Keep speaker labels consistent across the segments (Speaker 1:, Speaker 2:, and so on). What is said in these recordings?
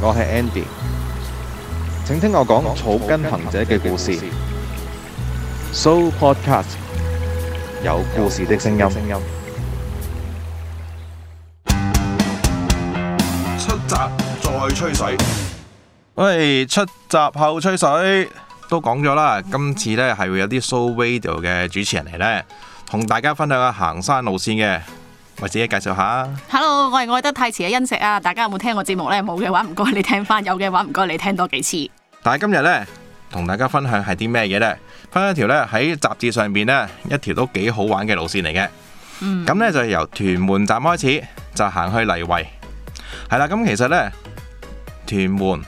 Speaker 1: 我係 Andy，請聽我講草根行者嘅故事。So Podcast 有故事的聲音。
Speaker 2: 出閘再吹水。喂，出閘後吹水都講咗啦，今次呢係會有啲 show radio 嘅主持人嚟呢，同大家分享下行山路線嘅。我自己介紹下，
Speaker 3: Hello，我係愛得太遲嘅欣石啊！大家有冇聽我節目呢？冇嘅話唔該你聽翻，有嘅話唔該你聽多幾次。
Speaker 2: 但係今日呢，同大家分享係啲咩嘢呢？分享一條呢喺雜誌上邊呢，一條都幾好玩嘅路線嚟嘅。咁呢，就係由屯門站開始，就行去泥圍。係啦，咁其實呢，屯門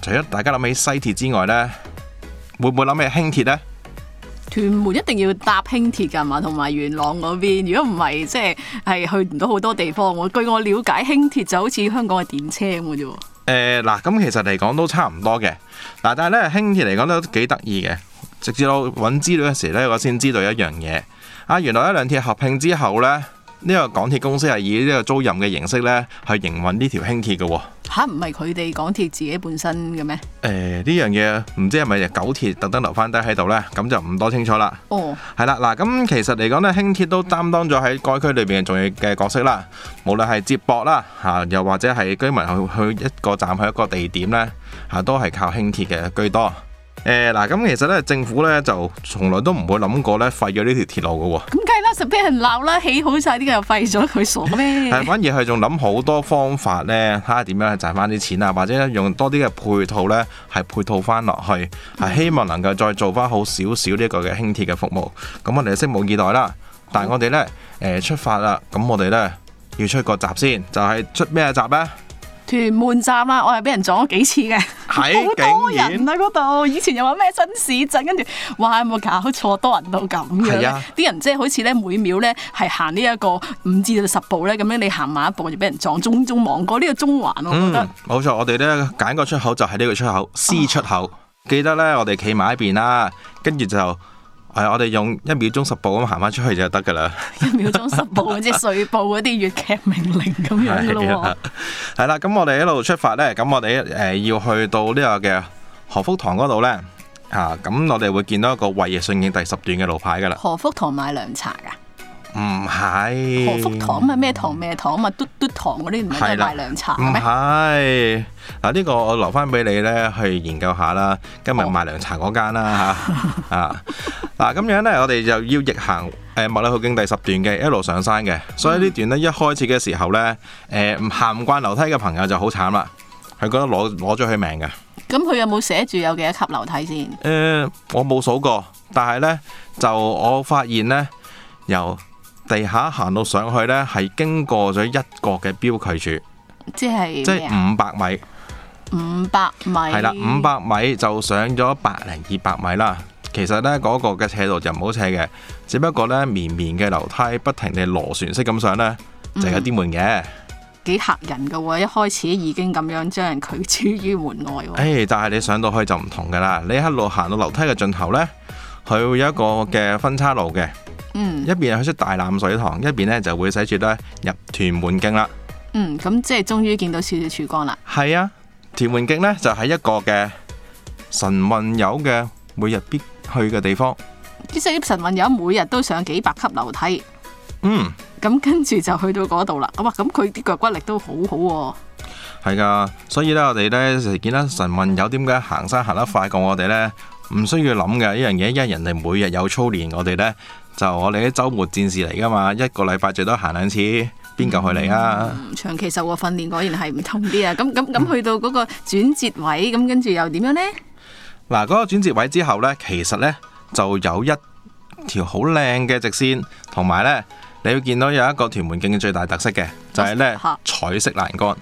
Speaker 2: 除咗大家諗起西鐵之外呢，會唔會諗起輕鐵呢？
Speaker 3: 屯門一定要搭輕鐵㗎嘛，同埋元朗嗰邊。如果唔係，即係係去唔到好多地方喎。我據我了解，輕鐵就好似香港嘅電車咁嘅啫
Speaker 2: 誒
Speaker 3: 喎。
Speaker 2: 嗱，咁其實嚟講都差唔多嘅，嗱，但係咧輕鐵嚟講都幾得意嘅。直至到揾資料嘅時咧，我先知道一樣嘢，啊，原來一兩鐵合併之後咧，呢個港鐵公司係以呢個租賃嘅形式咧去營運呢條輕鐵嘅喎。
Speaker 3: 吓，唔係佢哋港鐵自己本身嘅咩？
Speaker 2: 誒呢樣嘢唔知係咪九鐵特登留翻低喺度咧，咁就唔多清楚啦。
Speaker 3: 哦，
Speaker 2: 係啦，嗱咁其實嚟講咧，輕鐵都擔當咗喺該區裏邊嘅重要嘅角色啦。無論係接駁啦，嚇，又或者係居民去去一個站去一個地點咧，嚇都係靠輕鐵嘅居多。誒嗱，咁其實咧，政府咧就從來都唔會諗過咧廢咗呢條鐵路嘅喎。
Speaker 3: 咁梗係啦，實俾人鬧啦，起好晒啲又廢咗佢傻咩？
Speaker 2: 係， 反而佢仲諗好多方法咧，睇下點樣去賺翻啲錢啊，或者用多啲嘅配套咧，係配套翻落去，係希望能夠再做翻好少少呢個嘅輕鐵嘅服務。咁我哋拭目以待啦。但係我哋咧誒出發啦，咁我哋咧要出個閘先，就係、出咩閘咧？
Speaker 3: 屯門站啊，我係俾人撞咗幾次嘅，好
Speaker 2: 係
Speaker 3: 多
Speaker 2: 竟然
Speaker 3: 人啊嗰度。以前又話咩新市鎮，跟住哇有冇搞錯，多人到咁樣
Speaker 2: 係
Speaker 3: 咧
Speaker 2: 啊？
Speaker 3: 啲人即係好似咧每秒咧係行呢一個五至到十步咧，咁樣你行慢一步就俾人撞，中中望過呢個中環，我覺
Speaker 2: 嗯
Speaker 3: 得，
Speaker 2: 冇錯，我哋咧揀個出口就係呢個出口 C 出口。記得咧，我哋企埋一邊啦，跟住就誒、我哋用一秒鐘十步咁行翻出去就得㗎啦。
Speaker 3: 一秒鐘十步嗰啲碎步嗰啲粵劇命令咁樣嘅 咯
Speaker 2: 係
Speaker 3: 喎
Speaker 2: 啦。，係啦，咁我哋一路出發呢，咁我哋誒、呃要去到呢個嘅何福堂嗰度呢。啊，咁我哋會見到一個惠野順景第十段嘅路牌噶啦，
Speaker 3: 何福堂買涼茶㗎，
Speaker 2: 唔係
Speaker 3: 何福堂啊咩堂咩堂啊嘛，嘟嘟堂嗰啲唔係
Speaker 2: 係
Speaker 3: 都
Speaker 2: 啦
Speaker 3: 係賣涼茶
Speaker 2: 唔
Speaker 3: 嘅咩？
Speaker 2: 係嗱，呢個我留翻俾你呢去研究下啦。今日
Speaker 3: 哦
Speaker 2: 賣涼茶嗰間 啦嚇啊嗱，咁樣呢，我哋就要逆行誒麥理浩徑第十段嘅一路上山嘅，所以呢段呢，一開始嘅時候呢，誒唔行唔慣樓梯嘅朋友就好慘啦，佢覺得攞攞咗佢命嘅。
Speaker 3: 咁佢有冇寫住有幾多級樓梯先？
Speaker 2: 誒、呃我冇數過，但係呢，就我發現呢，由地下行到上去呢，係經過咗一個嘅標距柱，
Speaker 3: 即係
Speaker 2: 即係
Speaker 3: 咩啊
Speaker 2: 五百米，
Speaker 3: 五百米
Speaker 2: 係啦，五百米就上咗百零二百米啦。其實呢，嗰、個嘅斜度就唔好斜嘅，只不過呢，綿綿嘅樓梯不停地螺旋式咁上呢，就有啲悶嘅。誒、
Speaker 3: 幾嚇人㗎喎！一開始已經咁樣將人拒之於門外喎。
Speaker 2: 但係你上到去就唔同噶啦，你一路行到樓梯嘅盡頭呢，佢會有一個嘅分叉路嘅。
Speaker 3: 嗯
Speaker 2: 一邊係出大欖水塘，一邊呢就會寫住咧入屯門徑啦。
Speaker 3: 嗯，咁即係終於見到少少曙光啦。
Speaker 2: 係啊，屯門徑呢就係一個嘅神運友嘅每日必去嘅地方。
Speaker 3: 即係神運友每日都上幾百級樓梯，
Speaker 2: 嗯，
Speaker 3: 咁跟住就去到嗰度啦。哇！咁佢啲腳骨力都好好、喎。
Speaker 2: 係噶，所以呢，我哋呢成日見到神運友點解行山行得快過我哋呢？唔需要諗嘅呢樣嘢，因為人哋每日有操練，我哋呢就我哋啲週末戰士嚟噶嘛，一個禮拜最多行兩次，邊夠佢嚟啊？
Speaker 3: 嗯長期受過訓練，果然係唔同啲啊。咁咁咁去到嗰個轉折位，咁跟住又點樣呢？
Speaker 2: 嗱，嗰個轉折位之後呢，其實呢就有一條好靚嘅直線，同埋呢，你會見到有一個屯門徑嘅最大特色嘅就係呢
Speaker 3: 嚇
Speaker 2: 彩色欄杆。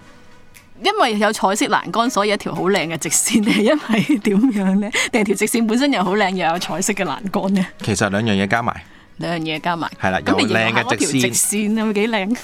Speaker 3: 因為有彩色欄杆，所以一條好靚嘅直線咧。因為點樣呢？定係條直線本身又好靚，又有彩色嘅欄杆呢？
Speaker 2: 其實兩樣嘢加埋，
Speaker 3: 兩樣嘢加埋。
Speaker 2: 係啦，有
Speaker 3: 咁
Speaker 2: 靚
Speaker 3: 你形容下
Speaker 2: 嘅
Speaker 3: 嗰條直
Speaker 2: 直線，
Speaker 3: 線有幾靚？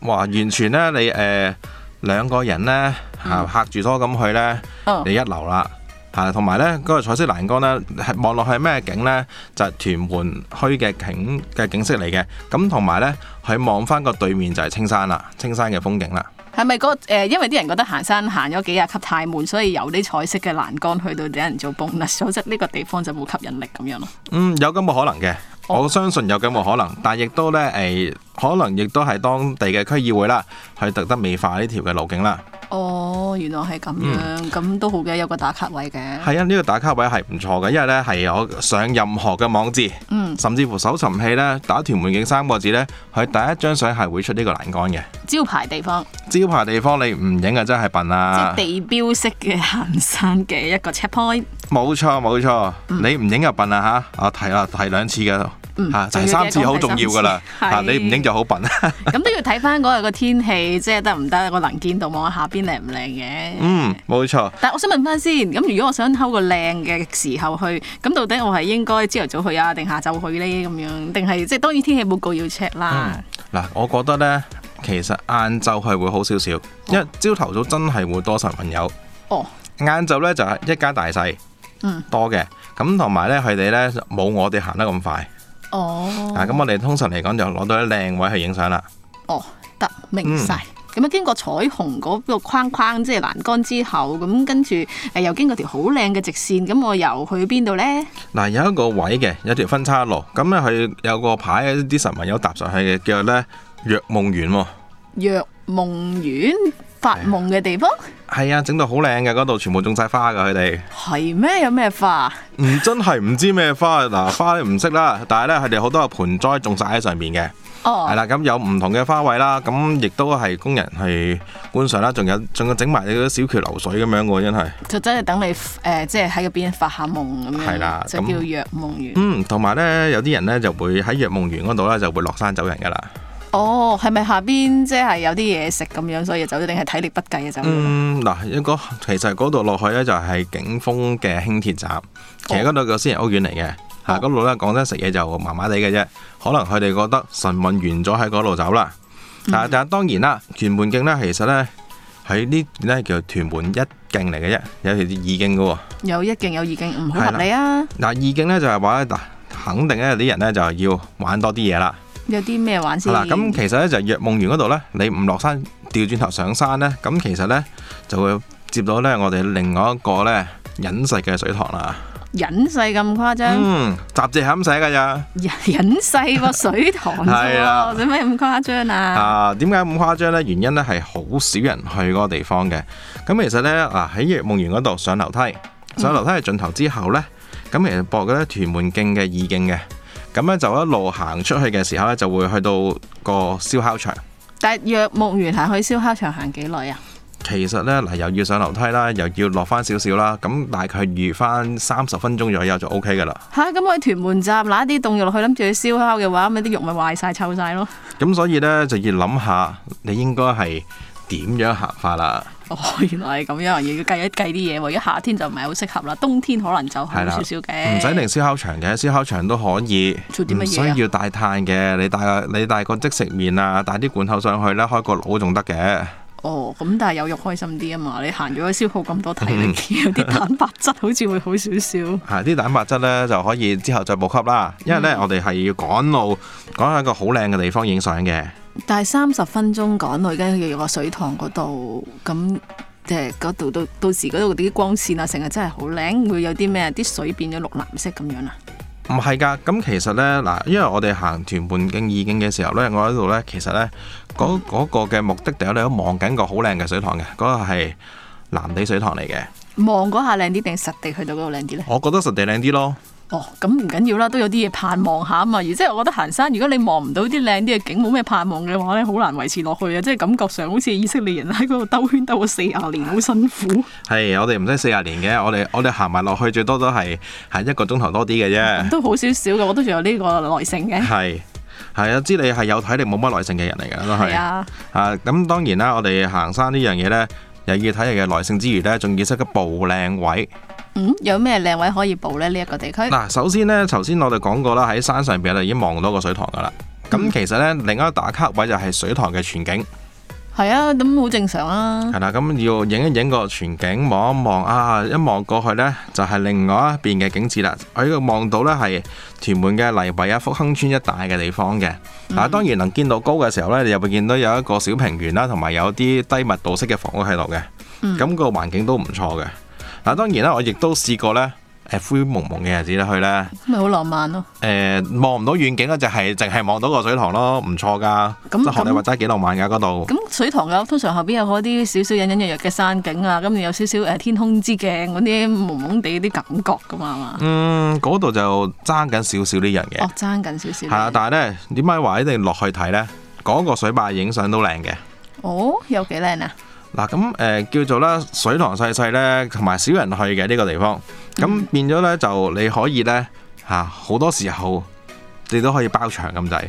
Speaker 2: 哇！完全呢，你誒、呃、兩個人呢，嚇拍住拖咁去呢，
Speaker 3: 嗯
Speaker 2: 你一流啦。嚇，同埋呢嗰、個彩色欄杆呢，係望落去係咩景呢？就係、屯門區嘅景嘅景色嚟嘅。咁同埋呢，佢望翻個對面就係青山啦，青山嘅風景啦。
Speaker 3: 係咪嗰誒？因為啲人覺得行山行咗幾廿級太悶，所以由啲彩色嘅欄杆去到有人做 bonus，所以呢個地方就冇吸引力咁樣咯。
Speaker 2: 嗯，有咁嘅可能嘅，
Speaker 3: 哦
Speaker 2: 我相信有咁嘅可能，但亦都呢，誒、可能亦都係當地嘅區議會啦，去特登美化呢條嘅路徑啦。
Speaker 3: 哦，原來係咁樣，咁、都好嘅，有個打卡位嘅。
Speaker 2: 係啊，呢、個打卡位係唔錯嘅，因為呢係我上任何嘅網誌，
Speaker 3: 嗯，
Speaker 2: 甚至乎搜尋器呢，打屯門徑三個字呢，佢第一張相係會出呢個欄杆嘅。
Speaker 3: 招牌地方，
Speaker 2: 招牌地方你唔影啊，真係笨
Speaker 3: 即係
Speaker 2: 啊！
Speaker 3: 地標式嘅行山嘅一個 checkpoint。
Speaker 2: 冇錯冇錯，你唔影就笨啦嚇！我提啦提兩次嘅
Speaker 3: 嗯
Speaker 2: 嚇，
Speaker 3: 仲要
Speaker 2: 第三次好重要㗎啦
Speaker 3: 記得講第三次
Speaker 2: 嚇，你
Speaker 3: 係
Speaker 2: 唔影就好笨。
Speaker 3: 咁都要睇翻嗰日個天氣，即係得唔得？個能見度望下邊靚唔靚嘅。
Speaker 2: 嗯，冇錯。
Speaker 3: 但我想問翻先，咁如果我想偷個靚嘅時候去，咁到底我係應該朝頭早去啊，定下晝去呢？咁樣，定係即係當然天氣報告要 check 啦。
Speaker 2: 嗱，我覺得呢，其實晏晝係會好少少，因為朝頭早真係會多神朋友。
Speaker 3: 哦，
Speaker 2: 晏晝呢，就係一家大細，
Speaker 3: 嗯
Speaker 2: 多嘅。咁同埋呢，佢哋呢冇我哋行得咁快。
Speaker 3: 哦，
Speaker 2: 啊，咁我哋通常嚟講就攞到啲靚位去影相啦。
Speaker 3: 哦，得明晒。咁樣經過彩虹嗰個框框，即係欄杆之後，咁跟住誒又經過條好靚嘅直線，咁我又去邊度呢？
Speaker 2: 嗱，有一個位嘅，有條分叉路，咁呢，佢有個牌，啲神朋友搭上去嘅，叫做呢若夢園喎。
Speaker 3: 若夢園發夢嘅地方
Speaker 2: 係啊，整到好靚嘅，嗰度全部種晒花㗎，佢哋。
Speaker 3: 係咩？有咩花？
Speaker 2: 唔真係唔知咩花，嗱花唔識啦，但係呢，佢哋好多嘅盆栽種晒喺上面嘅。
Speaker 3: 哦
Speaker 2: 係，啦，咁有唔同嘅花卉啦，咁亦都係工人去觀賞啦，仲有仲有整埋你嗰啲小橋流水咁樣喎，真係。
Speaker 3: 就真係等你誒、呃即係喺嗰邊發下夢咁樣，
Speaker 2: 係啦
Speaker 3: 就
Speaker 2: 咁
Speaker 3: 叫若夢園。
Speaker 2: 嗯，同埋呢，有啲人呢就會喺若夢園嗰度呢就會落山走人噶啦。
Speaker 3: 哦，係咪下邊即係有啲嘢食咁樣，所以走咗，定係體力不繼啊走咗？
Speaker 2: 嗯，嗱，一個其實嗰度落去呢就係景峰嘅輕鐵站，其實嗰度嘅私人屋苑嚟嘅。嚇，
Speaker 3: 哦
Speaker 2: 嗰度呢講真食嘢就麻麻地嘅啫，可能佢哋覺得神運完咗喺嗰度走啦。但但當然啦，屯門徑呢其實呢，喺呢呢叫屯門一徑嚟嘅啫，有條二徑嘅喎。
Speaker 3: 有一徑有二徑，唔
Speaker 2: 係
Speaker 3: 好
Speaker 2: 啦
Speaker 3: 合理啊！
Speaker 2: 嗱，意境咧就係話咧，嗱，肯定咧有啲人咧就係要玩多啲嘢啦。
Speaker 3: 有啲咩玩
Speaker 2: 係
Speaker 3: 先？
Speaker 2: 啦，咁其實咧就係若夢園嗰度咧，你唔落山，調轉頭上山咧，咁其實咧就會接到咧我哋另外一個咧隱世嘅水塘啦。
Speaker 3: 隱世咁誇 張，
Speaker 2: 嗯，雜誌係咁寫㗎咋。
Speaker 3: 隱世個 水塘啫
Speaker 2: 係啦
Speaker 3: 喎，做咩咁誇張啊？
Speaker 2: 啊，點解咁誇張呢？原因咧係好少人去嗰個地方嘅。咁其實呢，嗱喺若夢園嗰度上樓梯，上樓梯嘅盡頭之後呢，咁其實駁嘅咧屯門徑嘅二徑嘅。咁咧就一路行出去嘅時候呢，就會去到個燒烤場。
Speaker 3: 但係若木園行去燒烤場行幾耐啊？
Speaker 2: 其實呢，嗱，又要上樓梯啦，又要落翻少少啦，咁大概預翻三十分鐘左右就 O K 噶啦。
Speaker 3: 吓，咁我喺屯門站揦啲凍肉落去，諗住去燒烤嘅話，咁啲肉咪壞晒臭晒咯。
Speaker 2: 咁所以呢，就要諗下你應該係點樣行法啦。
Speaker 3: 哦，原來係咁樣，要計一計啲嘢喎。而家夏天就唔係好適合啦，冬天可能就好
Speaker 2: 係啦
Speaker 3: 少少嘅。
Speaker 2: 唔使定燒烤場嘅，燒烤場都可以，
Speaker 3: 做啲乜
Speaker 2: 唔
Speaker 3: 嘢啊
Speaker 2: 需要帶炭嘅。你帶你帶個即食麵啊，帶啲罐頭上去咧，開個爐仲得嘅。
Speaker 3: 哦，咁但係有肉開心啲啊嘛！你行咗消耗咁多體力，有啲蛋白質好似會好少少。
Speaker 2: 啊，啲蛋白質咧就可以之後再補給啦。因為咧，
Speaker 3: 嗯
Speaker 2: 我哋係要趕路，趕去一個好靚嘅地方影相嘅。
Speaker 3: 但係三十分鐘趕去跟住個水塘嗰度，咁即係嗰度到到時嗰度啲光線啊，成日真係好靚，會有啲咩啲水變咗綠藍色咁樣啊？
Speaker 2: 唔係㗎，咁其實呢，嗱，因為我哋行屯門徑二徑嘅時候呢，我喺度呢，其實呢，嗰嗰、個嘅目的地咧，我望緊個好靚嘅水塘嘅，嗰、個係藍地水塘嚟嘅。
Speaker 3: 望嗰下靚啲定實地去到嗰度靚啲呢？
Speaker 2: 我覺得實地靚啲咯。
Speaker 3: 哦，咁唔緊要啦，都有啲嘢盼望下啊嘛。而即係我覺得行山，如果你望唔到啲靚啲嘅景，冇咩盼望嘅話咧，好難維持落去啊！即係感覺上好似以色列人喺嗰度兜圈兜咗四廿年，好辛苦。
Speaker 2: 係，我哋唔使四十年嘅，我哋我哋行埋落去最多都係行一個鐘頭多啲嘅啫。
Speaker 3: 都好少少嘅，我都仲有呢個耐性嘅。
Speaker 2: 係係啊，知你係有體力冇乜耐性嘅人嚟㗎，都
Speaker 3: 係
Speaker 2: 係
Speaker 3: 啊，
Speaker 2: 啊。咁當然啦，我哋行山呢樣嘢呢，又要睇你嘅耐性之餘呢，仲要識得步靚位。
Speaker 3: 嗯，有咩靚位可以報咧？呢、一個地區，
Speaker 2: 嗱，首先呢，頭先我哋講過啦，喺山
Speaker 3: 嗯
Speaker 2: 上邊我哋已經望到個水塘㗎啦。咁其實呢，另一個打卡位就係水塘嘅全景。
Speaker 3: 係啊，咁好正常啊。
Speaker 2: 係啦，咁要影一影個全景，望一望啊，一望過去呢，就係、另外一邊嘅景致啦。我呢度望到呢，係屯門嘅泥圍啊、福亨村一帶嘅地方嘅。嗱、當然能見到高嘅時候呢，你又會見到有一個小平原啦，同埋有啲低密度式嘅房屋喺度嘅，咁、個環境都唔錯嘅。嗱、當然啦，我亦都試過呢，誒灰蒙蒙嘅日子咧去呢，
Speaker 3: 咪好浪漫咯。
Speaker 2: 誒望唔到遠景嗰就係淨係望到個水塘咯，唔錯㗎。
Speaker 3: 咁
Speaker 2: 即係學你
Speaker 3: 咁
Speaker 2: 話齋幾浪漫㗎嗰度。
Speaker 3: 咁水塘嘅通常後邊有嗰啲少少隱隱約約嘅山景啊，咁你有少少誒天空之鏡嗰啲朦朦地啲感覺噶嘛，係嘛？
Speaker 2: 嗯，嗰度就爭緊少少呢樣嘢
Speaker 3: 哦，，爭緊少少。
Speaker 2: 係啊，但係呢，點解話一定落去睇呢？嗰、個水壩影相都靚嘅。
Speaker 3: 哦，有幾靚啊！
Speaker 2: 嗱，咁誒、呃叫做啦，水塘細細呢，同埋少人去嘅呢個地方，咁變咗呢，就你可以呢，嚇好多時候你都可以包場咁滯。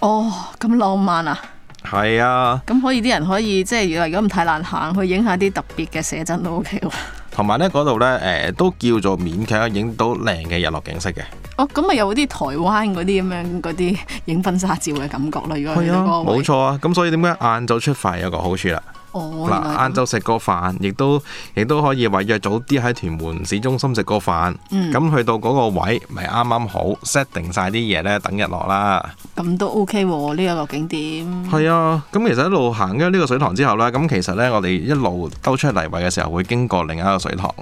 Speaker 3: 哦，咁浪漫啊！
Speaker 2: 係啊，
Speaker 3: 咁可以啲人可以即係如果唔太難行，去影下啲特別嘅寫真都 OK 喎。
Speaker 2: 同埋呢嗰度呢，誒、都叫做勉強影到靚嘅日落景色嘅。
Speaker 3: 哦，咁咪有啲台灣嗰啲咁樣嗰啲影婚紗照嘅感覺啦。如果去
Speaker 2: 係
Speaker 3: 到
Speaker 2: 啊
Speaker 3: 嗰個，位
Speaker 2: 冇，錯啊。咁所以點解晏晝出發有個好處啦？
Speaker 3: 哦，原來
Speaker 2: 嗱，啊
Speaker 3: 咁
Speaker 2: 晏晝食個飯，亦都亦都可以話約早啲喺屯門市中心食個飯，咁、
Speaker 3: 嗯
Speaker 2: 去到嗰個位咪啱啱好 set 定晒啲嘢呢，等日落啦。
Speaker 3: 咁都 OK 喎，呢一個景點。
Speaker 2: 係、啊，咁其實一路行咗呢個水塘之後呢，咁其實呢，我哋一路兜出嚟圍嘅時候，會經過另一個水塘。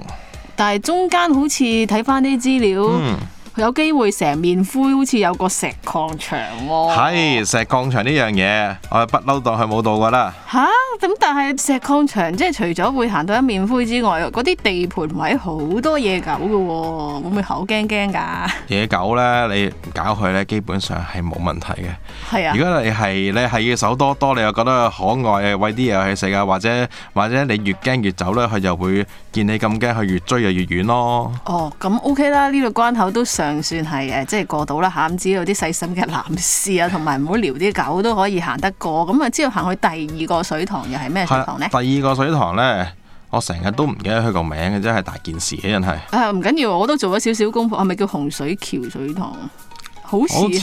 Speaker 3: 但係中間好似睇翻啲資料，
Speaker 2: 嗯
Speaker 3: 有機會成面灰，好似有個石礦場喎、
Speaker 2: 係、石礦場呢樣嘢，我係不嬲當佢冇到噶啦。
Speaker 3: 吓，咁但係石礦場即係除咗會行到一面灰之外，嗰啲地盤位好多野狗嘅喎、會唔會好驚驚㗎？
Speaker 2: 野狗呢，你搞佢呢，基本上係冇問題嘅。
Speaker 3: 係啊
Speaker 2: 如。果你係你係要手多多，你又覺得佢可愛，喂啲嘢佢食啊，或者或者你越驚越走咧，佢就會見你咁驚，佢越追就越遠咯。
Speaker 3: 哦，咁 OK 啦，呢度關口都尚算係誒，即係過到啦嚇。咁只要有啲細心嘅男士啊，同埋唔好撩啲狗都可以行得過。咁啊，之後行去第二個水塘又係咩水塘呢？
Speaker 2: 第二個水塘呢，我成日都唔記得佢個名嘅，真係大件事嘅，真係。
Speaker 3: 啊，唔緊要，我都做咗少少功課，係咪叫洪水橋水塘？好似
Speaker 2: 好似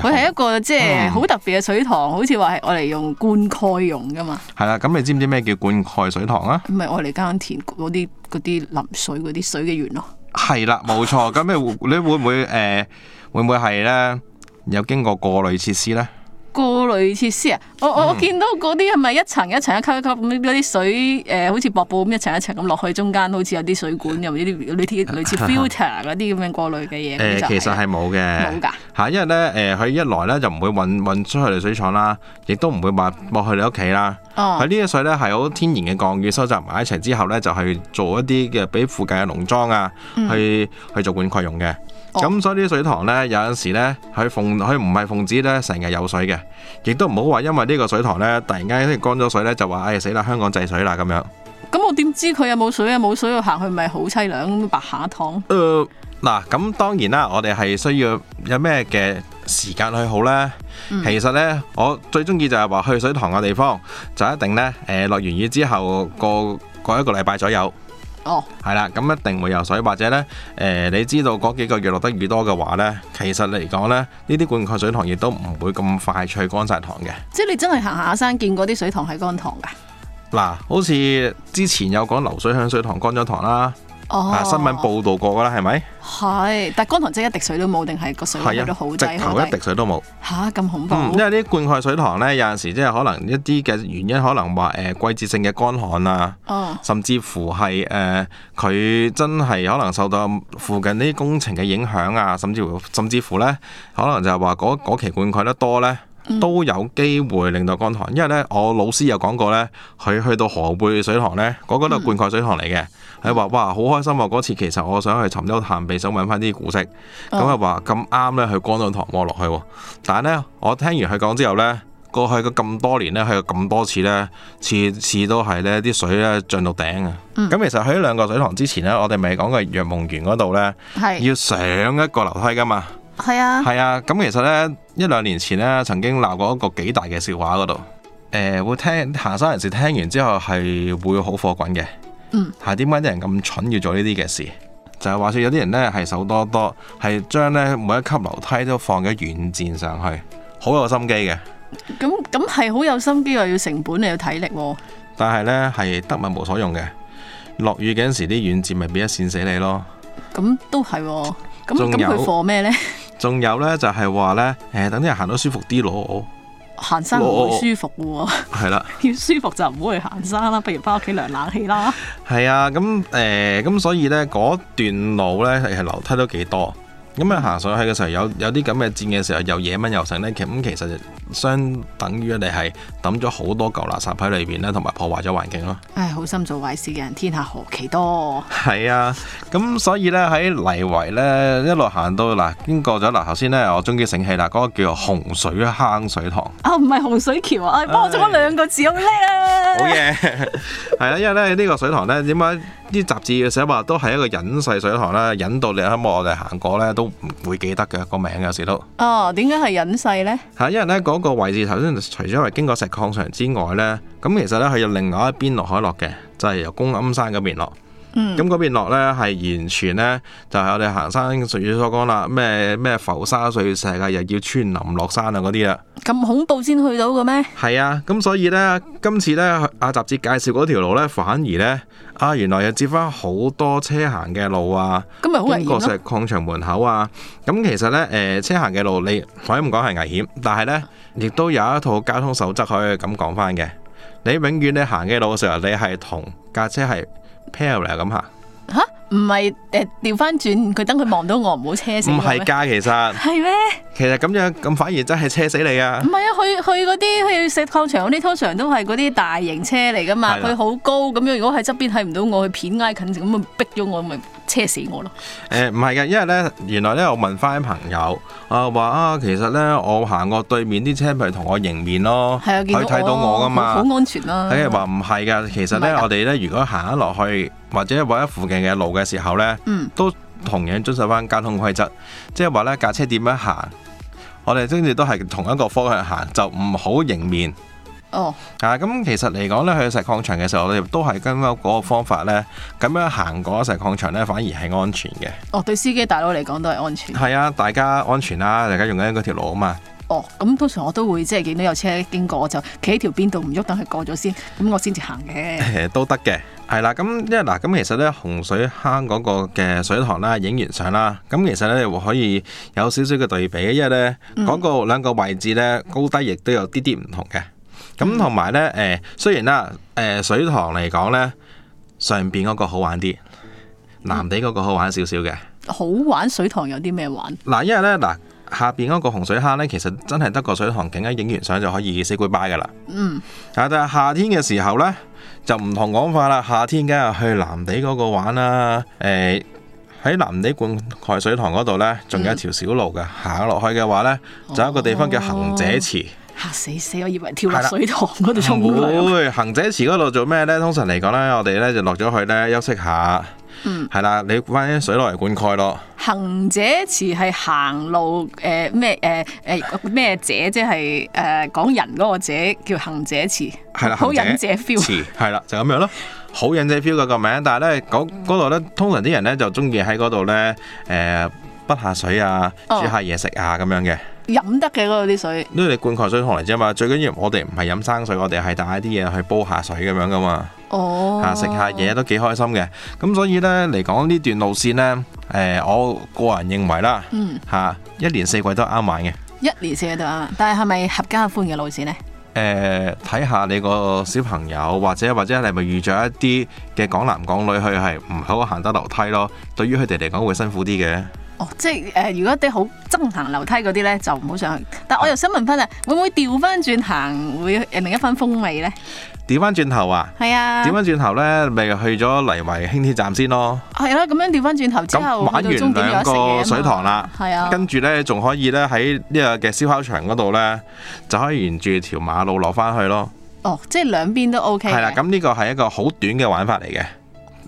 Speaker 2: 係
Speaker 3: 佢係一個即係
Speaker 2: 嗯
Speaker 3: 好特別嘅水塘，好似話係我嚟用灌溉用噶嘛，
Speaker 2: 係啦，咁你知唔知咩叫灌溉水塘啊？
Speaker 3: 唔係我嚟耕田嗰啲嗰啲淋水嗰啲水嘅源咯。
Speaker 2: 係啦，冇錯。咁你會你會唔會誒、呃、會唔會係呢？有經過過濾設施呢？
Speaker 3: 過濾設施啊！我
Speaker 2: 嗯
Speaker 3: 我我見到嗰啲係咪一層一層一級一級咁嗰啲水誒、好似瀑布咁一層一層咁落去，中間好似有啲水管，又有啲類 似類似 filter 嗰啲咁樣過濾嘅嘢。
Speaker 2: 誒、
Speaker 3: 咁就
Speaker 2: 其實係冇
Speaker 3: 冇
Speaker 2: 嘅，
Speaker 3: 㗎
Speaker 2: 嚇，因為咧誒，佢、一來咧就唔會運運出去你水廠啦，亦都唔會話落去你屋企啦。
Speaker 3: 哦
Speaker 2: 佢呢啲水咧係好天然嘅降雨收集埋一齊之後咧，就去做一啲嘅俾附近嘅農莊啊，去去做灌溉用嘅。
Speaker 3: 嗯哦
Speaker 2: 咁、所以呢啲水塘咧，有陣時咧，佢奉佢唔係奉旨咧，成日有水嘅，亦都唔好話因為呢個水塘咧，突然間即係乾咗水咧，就話唉死啦，香港制水啦咁樣。
Speaker 3: 咁我點知佢有冇水啊？冇水我行去咪好凄涼咁白下堂。
Speaker 2: 誒呃嗱，咁當然啦，我哋係需要有咩嘅時間去好呢？
Speaker 3: 嗯
Speaker 2: 其實呢，我最中意就係話去水塘嘅地方，就一定呢，誒、落完雨之後過過一個禮拜左右，
Speaker 3: 哦，
Speaker 2: 係啦，咁一定會有水，或者呢，誒、你知道嗰幾個月落得雨多嘅話呢，其實嚟講呢，呢啲灌溉水塘亦都唔會咁快脆乾晒塘嘅。
Speaker 3: 即係你真係行下山見過啲水塘係乾塘㗎。
Speaker 2: 嗱，好似之前有講流水響水塘乾咗塘啦，
Speaker 3: 哦，
Speaker 2: 啊新聞報導過啦，係咪？
Speaker 3: 係，但乾塘即係一滴水都冇，定係個水位
Speaker 2: 係
Speaker 3: 都好
Speaker 2: 啊，
Speaker 3: 低
Speaker 2: 直
Speaker 3: 好
Speaker 2: 頭一
Speaker 3: 低
Speaker 2: 滴水都冇。
Speaker 3: 嚇咁恐怖。
Speaker 2: 嗯，因為啲灌溉水塘呢，有陣時即係可能一啲嘅原因，可能話誒、呃季節性嘅乾旱啊，
Speaker 3: 哦，
Speaker 2: 甚至乎係誒佢真係可能受到附近啲工程嘅影響啊，甚至乎甚至乎呢，可能就係話嗰嗰期灌溉得多呢，都有機會令到乾塘，因為呢，我老師有講過呢，佢去到河背水塘呢，嗰個都係灌溉水塘嚟嘅。佢話：哇，好開心啊！嗰次其實我想去尋幽探秘，想揾翻啲古跡。咁
Speaker 3: 哦
Speaker 2: 啊話咁啱呢，佢乾咗塘窩落去喎。但係呢，我聽完佢講之後呢，過去嗰咁多年呢，佢有咁多次呢，次次都係呢啲水呢漲到頂啊！咁、
Speaker 3: 嗯
Speaker 2: 其實喺兩個水塘之前呢，我哋咪講過若夢園嗰度呢，
Speaker 3: 係
Speaker 2: 要上一個樓梯噶嘛。
Speaker 3: 係啊，
Speaker 2: 係啊，咁其實呢，一兩年前呢，曾經鬧過一個幾大嘅笑話嗰度。誒、會聽行山人士聽完之後係會好火滾嘅。
Speaker 3: 嗯。
Speaker 2: 係點解啲人咁蠢要做呢啲嘅事？就係話説有啲人呢係手多多，係將呢每一級樓梯都放咗軟墊上去，好有心機嘅。
Speaker 3: 咁咁係好有心機，又要成本，又要體力喎。
Speaker 2: 但係呢，係得物無所用嘅。落雨嗰陣時，啲軟節咪俾一線死你咯。
Speaker 3: 咁都係喎。咁
Speaker 2: 仲
Speaker 3: 咁
Speaker 2: 有
Speaker 3: 佢貨咩呢？
Speaker 2: 仲有呢，就係話呢，誒等啲人行得舒服啲咯。
Speaker 3: 行山唔會舒服嘅
Speaker 2: 係啦，
Speaker 3: 喎， 要舒服就唔好去行山啦，不如翻屋企涼冷氣啦。
Speaker 2: 係啊，咁誒，呃咁、所以呢，嗰段路呢，係樓梯都幾多。咁啊行上去嘅時候，有有啲咁嘅戰嘅時候，又野蚊又剩呢。其咁其實就相等於你係抌咗好多嚿垃圾喺裏邊啦，同埋破壞咗環境咯。
Speaker 3: 唉，好心做壞事嘅人，天下何其多。
Speaker 2: 係啊，咁所以呢，喺泥圍呢，一路行到嗱，經過咗嗱，頭先呢，我終於醒起啦，嗰、個叫做洪水坑水塘，
Speaker 3: 啊，唔係洪水橋啊！唉，幫我做咗兩個字，好叻啊！
Speaker 2: 好嘢， 係啦，因為呢，呢、個水塘呢，點解啲雜誌嘅寫話都係一個隱世水塘啦，隱到你喺我哋行過呢，都唔會記得嘅個名有時都。啊
Speaker 3: 哦，點解係隱世咧？
Speaker 2: 嚇，因為咧嗰個位置頭先除咗係經過石礦場之外呢，咁其實呢，佢有另外一邊落海落嘅，就係、由公庵山嗰邊落。
Speaker 3: 嗯
Speaker 2: 咁嗰邊落呢，係完全呢，就係、我哋行山俗語所講啦，咩咩浮沙碎石啊，又要穿林落山啊嗰啲啊。
Speaker 3: 咁恐怖先去到嘅咩？
Speaker 2: 係啊，咁所以呢，今次呢，阿雜誌介紹嗰條路呢，反而呢，啊原來又接翻好多車行嘅路啊。
Speaker 3: 咁咪好危
Speaker 2: 經過
Speaker 3: 險咯。
Speaker 2: 石礦場門口啊，咁其實呢，誒、車行嘅路你可以咁講係危險，但係呢，亦都有一套交通守則可以咁講翻嘅。你永遠你行嘅路嘅時候，你係同架車係 parallel 咁行，
Speaker 3: 吓，唔係誒調翻轉，佢等佢望到我，唔好車死
Speaker 2: 唔
Speaker 3: 我咩
Speaker 2: 係㗎。其實
Speaker 3: 係咩？
Speaker 2: 其實咁樣咁反而真係車死你啊
Speaker 3: 唔！係啊，去去嗰啲去石礦場嗰啲，通常都係嗰啲大型車嚟噶嘛，
Speaker 2: 係啦
Speaker 3: 佢好高咁樣，如果喺側邊睇唔到我，佢片挨近咁咪逼咗我，咪車死我咯。
Speaker 2: 誒唔係嘅，因為呢，原來呢，我問翻啲朋友啊話啊，其實呢，我行過對面啲車咪同我迎面咯，
Speaker 3: 係啊，見到
Speaker 2: 佢睇到我㗎嘛。
Speaker 3: 好好安全啊啦。
Speaker 2: 佢係話唔係㗎，其實
Speaker 3: 唔係
Speaker 2: 咧，
Speaker 3: 㗎
Speaker 2: 我哋咧如果行咗落去或者或者附近嘅路嘅時候咧，
Speaker 3: 嗯
Speaker 2: 都同樣遵守翻交通規則，即係話咧架車點樣行，我哋跟住都係同一個方向行，就唔好迎面。
Speaker 3: 哦，
Speaker 2: 啊，咁其實嚟講咧，去石礦場嘅時候，我哋都係跟嗰個方法咧，咁樣行過石礦場咧，反而係安全嘅。
Speaker 3: 哦，對司機大佬嚟講都係安全。
Speaker 2: 係啊，大家安全啦，大家用緊嗰條路啊嘛。
Speaker 3: 哦，咁通常我都會即係見到有車經過，我就企喺條邊度唔喐，等佢過咗先，咁我先至行 嘅。
Speaker 2: 誒都得嘅，係啦。咁因為嗱，咁其實咧洪水坑嗰個嘅水塘啦，影完相啦，咁其實咧會可以有少少嘅對比，因為咧嗰個兩個位置咧高低亦都有啲啲唔同嘅。咁同埋咧誒，雖然啦誒、水塘嚟講咧，上邊嗰個好玩啲，南地嗰個好玩少少嘅。
Speaker 3: 好玩水塘有啲咩玩？
Speaker 2: 嗱，因為咧嗱。下邊嗰個洪水坑咧，其實真係得個水塘景，一影完相就可以 say goodbye 噶啦。
Speaker 3: 嗯，
Speaker 2: 啊！但係夏天嘅時候呢，就唔同講法啦。夏天梗係去南地嗰個玩啦。誒、喺南地灌溉水塘嗰度呢，仲有一條小路
Speaker 3: 嗯
Speaker 2: 嘅，行落去嘅話呢，就有一個地方叫行者池。
Speaker 3: 嚇死死！我以為跳落
Speaker 2: 係啦
Speaker 3: 水塘嗰度沖涼。
Speaker 2: 會行者池嗰度做咩呢？通常嚟講呢，我哋呢就落咗去呢休息下。
Speaker 3: 嗯，
Speaker 2: 係啦，你翻啲水落嚟灌溉咯。
Speaker 3: 行者池係行路誒咩誒誒咩者，即係誒講人嗰個者叫行者池，
Speaker 2: 係啦，
Speaker 3: 好忍
Speaker 2: 行
Speaker 3: 者 feel。
Speaker 2: 池係啦，就咁樣咯。好忍者 feel 嗰個名，但係咧嗰
Speaker 3: 嗯
Speaker 2: 嗰度咧，通常啲人咧就中意喺嗰度咧，誒滗下水啊，煮
Speaker 3: 哦
Speaker 2: 下嘢食啊咁樣嘅。
Speaker 3: 飲得嘅嗰度啲水。
Speaker 2: 因為你灌溉水塘嚟啫嘛，最緊要我哋唔係飲生水，我哋係帶啲嘢去煲下水咁樣噶嘛，
Speaker 3: 哦。
Speaker 2: 嚇食下嘢都幾開心嘅。咁所以呢，嚟講呢段路線呢，誒、我個人認為啦，嚇、
Speaker 3: 嗯
Speaker 2: 一年四季都啱玩嘅。
Speaker 3: 一年四季都啱，但係係咪合家歡嘅路線呢？
Speaker 2: 誒呃睇下你個小朋友，或者或者你係咪遇咗一啲嘅港男港女，佢係唔好行得樓梯咯。對於佢哋嚟講會辛苦啲嘅。
Speaker 3: 哦，即係誒、呃如果啲好憎行樓梯嗰啲咧，就唔好上去。但我又想問翻啊，會唔會調翻轉行會有另一番風味咧？
Speaker 2: 調翻轉頭啊！
Speaker 3: 係啊，
Speaker 2: 調翻轉頭呢，咪去咗泥圍輕鐵站先咯。
Speaker 3: 係啦，咁樣調翻轉頭之
Speaker 2: 咁
Speaker 3: 後，
Speaker 2: 玩
Speaker 3: 去到終
Speaker 2: 完
Speaker 3: 點有
Speaker 2: 兩
Speaker 3: 得食嘢啊
Speaker 2: 個
Speaker 3: 嘛
Speaker 2: 水塘啦，
Speaker 3: 係啊，
Speaker 2: 跟住呢，仲可以呢，喺呢個嘅燒烤場嗰度呢，就可以沿住條馬路落翻去咯。
Speaker 3: 哦，即係兩邊都 OK 嘅。
Speaker 2: 係啦，咁呢個係一個好短嘅玩法嚟嘅。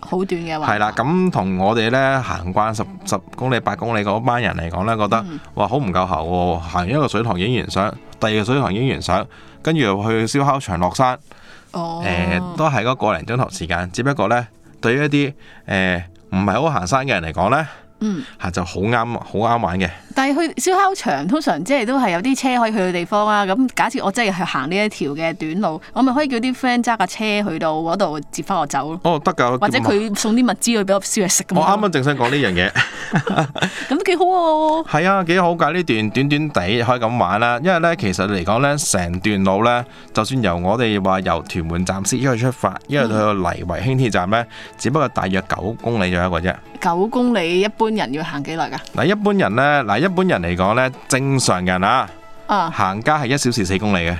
Speaker 3: 好短嘅話。
Speaker 2: 係啦，咁同我哋咧行慣十十公里、八公里嗰班人嚟講
Speaker 3: 嗯
Speaker 2: 咧，覺得、哇好唔夠喉喎，行一個水塘影完相，第二個水塘影完相，跟住又去燒烤場落山，
Speaker 3: 哦
Speaker 2: 誒、，都係呃嗰個零鐘頭時間。只不過咧，對於一啲誒唔係好行山嘅人嚟講咧，
Speaker 3: 嗯，
Speaker 2: 嚇就好啱好啱玩嘅。
Speaker 3: 但係去燒烤場通常即係都係有啲車可以去嘅地方啊。咁假設我真係去行呢一條嘅短路，我咪可以叫啲 friend 揸架車去到嗰度接翻我走咯，
Speaker 2: 哦，得㗎，
Speaker 3: 或者佢送啲物資去俾我燒嘢食咁
Speaker 2: 我
Speaker 3: 咯。
Speaker 2: 啱啱正想講呢樣嘢。
Speaker 3: 咁都幾好喎、
Speaker 2: 係啊，幾好㗎！呢段短短地可以咁玩啦，因為呢，其實嚟講呢，成段路呢，就算由我哋話由屯門站先一路出發，一路去到泥圍輕鐵站呢，只不過大約九公里左右嘅啫。
Speaker 3: 九公里一般人要行幾耐㗎？
Speaker 2: 嗱，一般人呢，嗱一般人嚟講呢，正常人啊，
Speaker 3: 啊，
Speaker 2: 行街係一小時四公里嘅，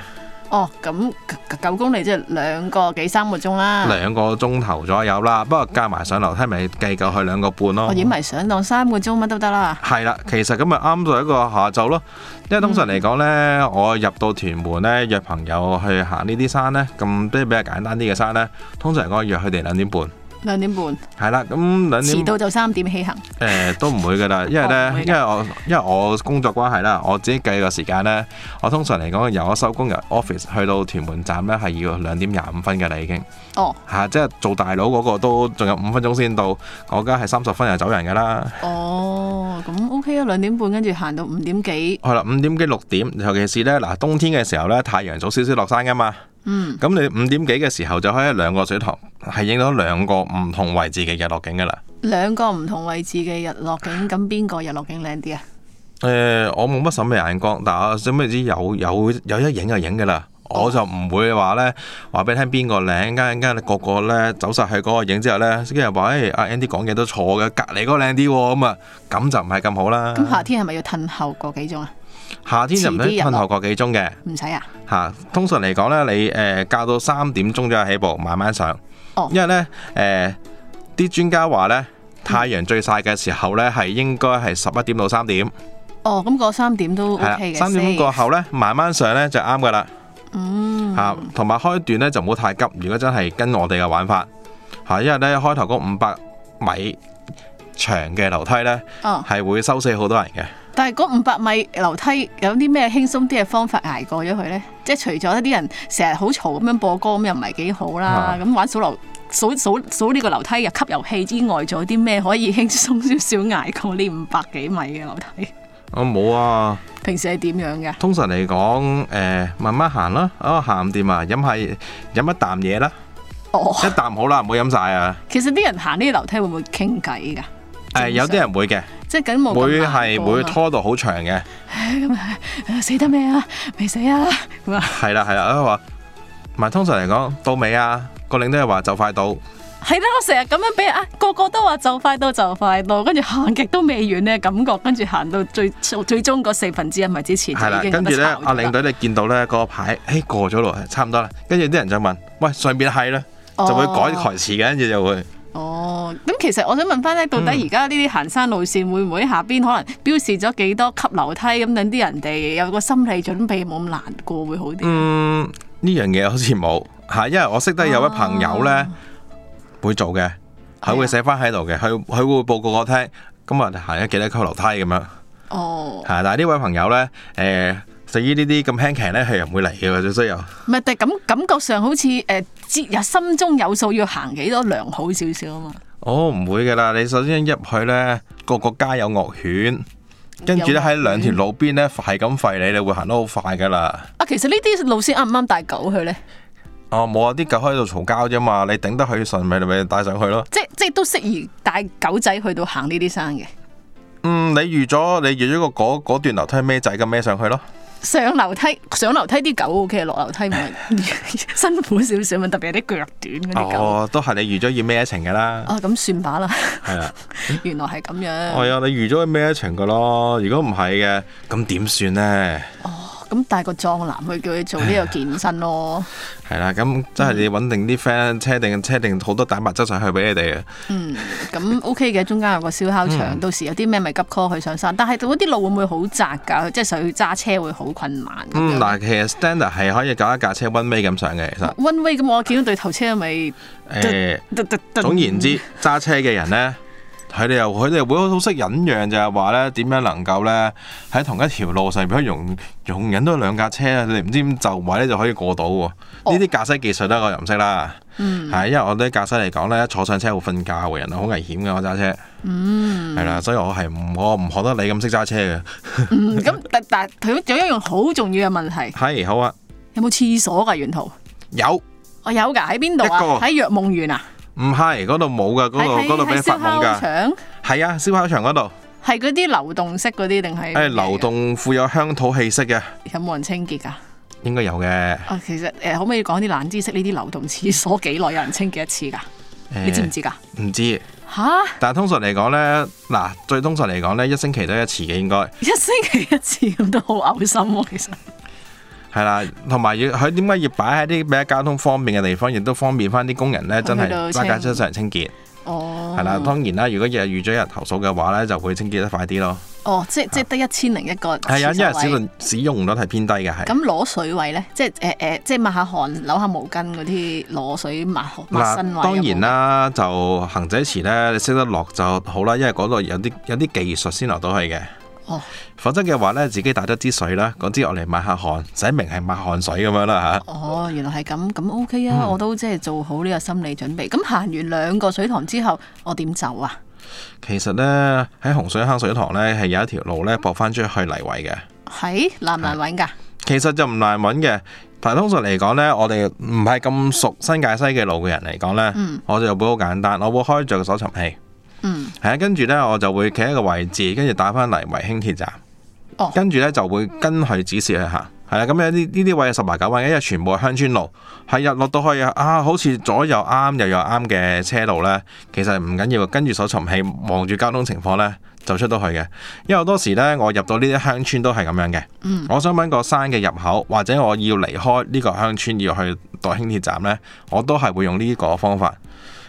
Speaker 3: 哦，咁九公里即係兩個幾三個鐘啦。
Speaker 2: 兩個鐘頭左右啦。不過加埋上樓梯咪計夠去兩個半咯
Speaker 3: 我。哦影埋相當三個鐘乜都得啦。
Speaker 2: 係啦，其實咁咪啱咗一個下晝咯，因為通常嚟講呢，我入到屯門呢，約朋友去行呢啲山呢，咁即係比較簡單啲嘅山呢，通常我約佢哋兩點半，
Speaker 3: 兩點半，
Speaker 2: 係啦，咁兩
Speaker 3: 遲
Speaker 2: 點
Speaker 3: 到就三點起行。
Speaker 2: 誒、都唔會噶 啦，因為
Speaker 3: 哦唔
Speaker 2: 呢，
Speaker 3: 會㗎
Speaker 2: 因為我因為我工作關係啦，我自己計個時間呢，我通常嚟講由我收工由 office 去到屯門站呢，係要兩點廿五分㗎啦已經。
Speaker 3: 哦，
Speaker 2: 嚇、即係做大佬嗰個都仲有五分鐘先到，我家係三十分就走人㗎啦。
Speaker 3: 哦，咁 OK 啊，兩點半跟住行到五點幾。
Speaker 2: 係啦，五點幾六點，尤其是呢，嗱冬天嘅時候呢，太陽早少少落山㗎嘛。
Speaker 3: 嗯，
Speaker 2: 咁你五點幾嘅時候就可以喺兩個水塘係影到兩個唔同位置嘅日落景㗎啦。
Speaker 3: 兩個唔同位置嘅日落景，咁邊個日落景靚啲啊？
Speaker 2: 誒、我冇乜審美眼光，但我想唔知有有有一影就影㗎啦。我就唔會話呢，話俾你聽邊個靚，間間個個呢走晒去嗰個影之後呢，跟住話誒阿 Andy 講嘢都錯嘅，隔離嗰個靚啲喎，咁啊咁就唔係咁好啦。
Speaker 3: 咁夏天係咪要褪後個幾鐘啊？
Speaker 2: 夏天就唔使
Speaker 3: 遲啲入
Speaker 2: 褪
Speaker 3: 咯
Speaker 2: 後個幾鐘嘅。
Speaker 3: 唔使啊？
Speaker 2: 嚇、通常嚟講呢，你誒、呃、教到三點鐘左右起步，慢慢上。
Speaker 3: 哦
Speaker 2: 因為呢，誒、啲專家話呢，太陽最曬嘅時候呢，係應該係十一點到三點，
Speaker 3: 哦，咁過三點都
Speaker 2: 係啦
Speaker 3: OK 嘅。
Speaker 2: 啊三點鐘
Speaker 3: safe
Speaker 2: 過後呢，慢慢上呢就啱噶啦
Speaker 3: 嗯，
Speaker 2: 嚇，同埋、開段呢就唔好太急。如果真係跟我哋嘅玩法嚇、因為呢開頭嗰五百米長嘅樓梯呢，
Speaker 3: 哦，
Speaker 2: 係會收死好多人嘅。
Speaker 3: 但係嗰五百米樓梯有啲咩輕鬆啲嘅方法捱過咗佢呢？即係除咗啲人成日好嘈咁樣播歌，咁又唔係幾好啦
Speaker 2: 啊。
Speaker 3: 咁、玩數樓數數數呢個樓梯入吸遊戲之外，仲有啲咩可以輕鬆少少捱過呢五百幾米嘅樓梯？
Speaker 2: 我冇啊。
Speaker 3: 平時係點樣嘅？
Speaker 2: 通常嚟講，誒、慢慢行啦，啊行唔掂啊，飲下飲一啖嘢啦，
Speaker 3: 哦，
Speaker 2: 一啖好啦，唔好飲晒啊！
Speaker 3: 其實啲人行呢啲樓梯會唔會傾偈㗎？
Speaker 2: 誒、有啲人會嘅，
Speaker 3: 即係緊冇
Speaker 2: 會
Speaker 3: 咁
Speaker 2: 係
Speaker 3: 難過
Speaker 2: 會
Speaker 3: 啊嘛
Speaker 2: 拖到好長嘅，
Speaker 3: 啊死得未啊？未死啊！咁啊，
Speaker 2: 係啦係啦，佢話，唔係通常嚟講到尾啊，個領都係話就快到，
Speaker 3: 係啦，我成日咁樣俾人啊，個個都話就快到就快到，跟住行極都未遠咧，感覺跟住行到最最終嗰四分之一咪之前就
Speaker 2: 係
Speaker 3: 已
Speaker 2: 啦，
Speaker 3: 經
Speaker 2: 跟住
Speaker 3: 咧，
Speaker 2: 呢，阿領嗯隊你見到呢個牌，誒、過咗咯，差唔多啦，跟住啲人就問，喂上邊係啦，就會改台
Speaker 3: 哦。
Speaker 2: 詞嘅，跟住就會。
Speaker 3: 哦，咁其實我想問翻咧，到底而家呢啲行山路線會唔會下邊可能標示咗幾多級樓梯咁，等啲人哋有個心理準備，冇咁難過會好啲？
Speaker 2: 嗯，呢樣嘢好似冇嚇，因為我識得有位朋友呢，會做嘅，
Speaker 3: 係啊
Speaker 2: 佢會寫翻喺度嘅，佢佢會報告我聽，今日行咗幾多級樓梯咁樣嚇。
Speaker 3: 哦，
Speaker 2: 但係呢位朋友呢，誒對於呢啲咁輕騎呢，佢又唔會嚟嘅，最衰又
Speaker 3: 唔係，但係感感覺上好似誒節日心中有數，要行幾多良好少少啊嘛。
Speaker 2: 哦唔會㗎啦，你首先入去呢，個個家有樂犬，跟住
Speaker 3: 有
Speaker 2: 呢，
Speaker 3: 樂
Speaker 2: 喺
Speaker 3: 犬
Speaker 2: 兩條路邊呢，係咁吠你，你會行得好快㗎啦。
Speaker 3: 啊，其實呢啲路線啱唔啱帶狗去呢？
Speaker 2: 哦，冇啊！啲狗喺度嘈交啫嘛，你頂得佢順咪你咪帶上去咯。
Speaker 3: 即即都適宜帶狗仔去到行呢啲山嘅。
Speaker 2: 嗯，你預咗你預咗個嗰嗰段樓梯孭仔咁孭上去咯。
Speaker 3: 上樓梯上樓梯啲狗 O K，落樓梯咪 辛苦少少咪，特別係啲腳短嗰啲狗。
Speaker 2: 哦，都係你預咗要孭一程㗎啦，
Speaker 3: 啊，咁算把啦，
Speaker 2: 係啊啦。
Speaker 3: 原來係咁
Speaker 2: 係
Speaker 3: 樣。
Speaker 2: 啊，你預咗佢孭一程噶咯，如果唔係嘅，咁點算呢？
Speaker 3: 咁帶個壯男去叫佢做呢個健 身咯。
Speaker 2: 係啦，咁真係你揾定啲 friend 車定車定好多蛋白質上去俾你哋嘅。
Speaker 3: 嗯，咁 O K 嘅，中間有個燒烤
Speaker 2: 嗯
Speaker 3: 場，到時有啲咩咪急 call 去上山。但係嗰啲路會唔會好窄㗎？即係上去揸車會好困難咁
Speaker 2: 嗯，
Speaker 3: 樣。
Speaker 2: 嗱，其實 standard 係可以搞一架車 one way 咁上嘅，其實
Speaker 3: One way 咁，我見到對頭車咪
Speaker 2: 誒，
Speaker 3: 嘟嘟嘟
Speaker 2: 總言之，揸車嘅人呢，佢哋又佢哋會好識忍讓，就係話咧點樣能夠咧喺同一條路上面可以容容忍到兩架車啊！你哋唔知點就位咧就可以過到喎。呢啲駕駛技術咧我又唔識啦，係因為我對駕駛嚟講咧坐上車會瞓覺嘅人好危險嘅，我揸車，係啦，所以我係唔我唔學得你咁識揸車嘅。
Speaker 3: 嗯，咁但但佢有一樣好重要嘅問題，
Speaker 2: 係好啊，
Speaker 3: 有冇廁所啊㗎沿途？
Speaker 2: 有唔
Speaker 3: 我有㗎，喺邊度
Speaker 2: 一個
Speaker 3: 啊？喺藥夢園啊？
Speaker 2: 係嗰度冇噶，嗰
Speaker 3: 喺
Speaker 2: 度嗰度俾你
Speaker 3: 喺
Speaker 2: 發
Speaker 3: 燒
Speaker 2: 夢
Speaker 3: 烤
Speaker 2: 㗎。
Speaker 3: 場，
Speaker 2: 係啊，燒烤場嗰度，
Speaker 3: 係嗰啲流動式嗰啲定係？
Speaker 2: 誒流動富有鄉土氣息嘅，
Speaker 3: 有冇人清潔㗎？
Speaker 2: 應該有嘅。
Speaker 3: 啊，其實誒、可唔可以講啲冷知識？呢啲流動廁所幾耐有人清潔一次㗎？
Speaker 2: 誒
Speaker 3: 你知唔知㗎？
Speaker 2: 唔知，
Speaker 3: 吓，
Speaker 2: 但係通常嚟講呢，嗱，最通常嚟講呢，一星期都一次嘅應該
Speaker 3: 一星期一次咁都好嘔心喎、其實
Speaker 2: 係啦，同埋要佢點解要擺喺啲比較交通方便嘅地方，亦都方便翻啲工人呢，真係
Speaker 3: 去到
Speaker 2: 揸
Speaker 3: 清
Speaker 2: 架車上嚟清潔。
Speaker 3: 哦，
Speaker 2: 係啦，當然啦，如果日日預咗人投訴嘅話呢，就會清潔得快啲咯。
Speaker 3: 哦，即即得一千零一個
Speaker 2: 係啊，因為
Speaker 3: 廁
Speaker 2: 使
Speaker 3: 所位
Speaker 2: 用使用率係偏低嘅，係。
Speaker 3: 咁攞水位咧，即係誒誒，即係抹下汗、扭下毛巾嗰啲攞水抹抹身位。啊
Speaker 2: 當然，啦，就行者池呢，你識得落就好啦，因為嗰度有啲有啲技術先落到去嘅。
Speaker 3: 哦
Speaker 2: 否則嘅話呢，自己帶咗支水啦，嗰支我嚟抹下汗，洗明係抹汗水咁樣啦嚇。
Speaker 3: 哦，原來係咁，咁 OK
Speaker 2: 嗯
Speaker 3: 啊，我都即係做好呢個心理準備。咁行完兩個水塘之後，我點走啊？
Speaker 2: 其實呢，喺洪水坑水塘呢，係有一條路呢，駁翻出去泥圍嘅。
Speaker 3: 係難唔難揾㗎？
Speaker 2: 其實就唔難揾嘅，但係通常嚟講呢，我哋唔係咁熟新界西嘅路嘅人嚟講呢，我就會好簡單，我會開着個搜尋器，
Speaker 3: 嗯，
Speaker 2: 係啊，跟住呢，我就會企喺個位置，跟住打翻泥圍輕鐵站
Speaker 3: 哦，
Speaker 2: 跟住呢，就會跟佢指示去行。係啦，咁有啲呢啲位係十拿九穩嘅，因為全部係鄉村路，係入落到去啊，好似左右啱右右啱嘅車路呢，其實唔緊要，跟住搜尋器望住交通情況呢，就出到去嘅。因為好多時呢，我入到呢啲鄉村都係咁樣嘅。我想揾個山嘅入口，或者我要離開呢個鄉村要去代輕鐵站呢，我都係會用呢個方法。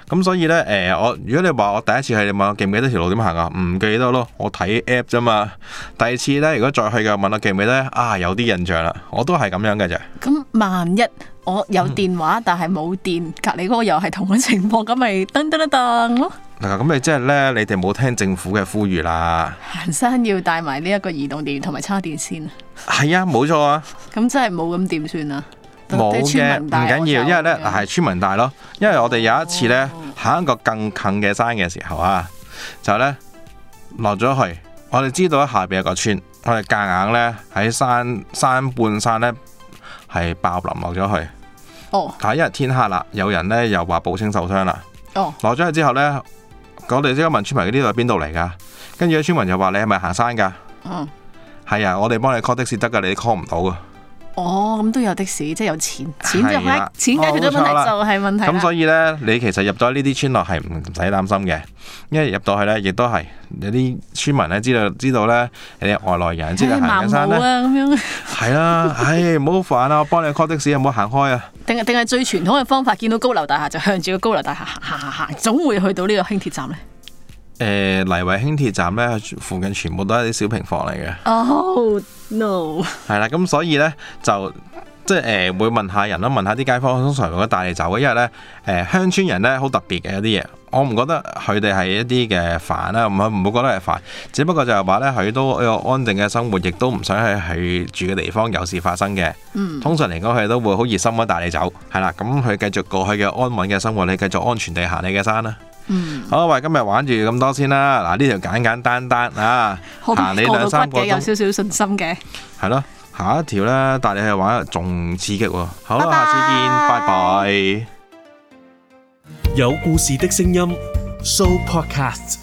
Speaker 2: 咁所以呢，誒、我如果你話我第一次去，你問我記唔記得條路點行啊？唔記得咯，我睇 app 啫嘛。第二次呢，如果再去嘅，問我記唔記得啊？有啲印象啦，我都係咁樣嘅啫。
Speaker 3: 咁萬一我有電話，
Speaker 2: 嗯
Speaker 3: 但係冇電，隔離嗰個又係同樣情況，咁咪噔噔噔噔咯。
Speaker 2: 嗱，咁你即係呢，你哋冇聽政府嘅呼籲啦。
Speaker 3: 行山要帶埋呢一個移動電源同埋叉電線啊，
Speaker 2: 係啊，冇錯啊。
Speaker 3: 咁真係冇咁點算啊？
Speaker 2: 冇
Speaker 3: 對
Speaker 2: 嘅，
Speaker 3: 村民
Speaker 2: 唔
Speaker 3: 帶
Speaker 2: 緊要，
Speaker 3: 我
Speaker 2: 因為咧
Speaker 3: 走咁樣
Speaker 2: 係村民大咯。因為我哋有一次咧
Speaker 3: 哦
Speaker 2: 行一個更近嘅山嘅時候啊，就咧落咗去，我哋知道下邊有個村，我哋夾硬咧喺山山半山咧係爆林落咗去，
Speaker 3: 哦
Speaker 2: 但係因為天黑啦，有人咧又話報稱受傷啦。
Speaker 3: 哦，
Speaker 2: 落咗去之後呢，我哋即刻問村民呢度係邊度嚟㗎？跟住啲村民就話你係咪行山㗎？
Speaker 3: 嗯，
Speaker 2: 係啊，我哋幫你 call 的士得㗎，你 call 唔到㗎。
Speaker 3: 哦，咁都有的士，即係有錢，錢就
Speaker 2: 係啦
Speaker 3: 係錢解決咗問
Speaker 2: 冇錯
Speaker 3: 題
Speaker 2: 啦
Speaker 3: 就係問題
Speaker 2: 咁所
Speaker 3: 以
Speaker 2: 以呢，你其實入到呢啲村落係唔使擔心嘅，因為入到去呢，亦都係有啲村民呢知道知道呢，你係外來人知道行緊山呢，
Speaker 3: 啊咁樣，
Speaker 2: 係啦，唉，唔好煩啊，我幫你 call 的士，唔好行開啊，
Speaker 3: 定係定係最傳統嘅方法，見到高樓大廈就向住個高樓大廈行行行行，總會去到呢個輕鐵站咧。
Speaker 2: 誒，泥圍輕鐵站呢，附近全部都係啲小平房嚟嘅，
Speaker 3: 哦、no！
Speaker 2: 係啦，咁所以呢，就。即係誒、呃、會問下人啦，問下啲街坊，通常會帶你走嘅，因為呢，誒、鄉村人呢好特別嘅有啲嘢，我唔覺得佢哋係一啲嘅煩啦，唔係唔會覺得係煩，只不過就係話呢，佢都有安定嘅生活，亦都唔想喺佢住嘅地方有事發生嘅。通常嚟講，佢哋都會好熱心咁帶你走，係啦，咁佢繼續過去嘅安穩嘅生活，你繼續安全地行你嘅山啦。好啦，喂，今日玩住咁多先啦，嗱呢條簡簡單單啊，
Speaker 3: 我
Speaker 2: 行你
Speaker 3: 過到
Speaker 2: 兩三
Speaker 3: 骨
Speaker 2: 個
Speaker 3: 嘅，有
Speaker 2: 鐘。
Speaker 3: 少少信心嘅。
Speaker 2: 係咯，下一條咧帶你去玩仲刺激喎。好啦，
Speaker 3: 拜拜
Speaker 2: 下次見，拜拜。
Speaker 4: 有故事的聲音，Show Podcast。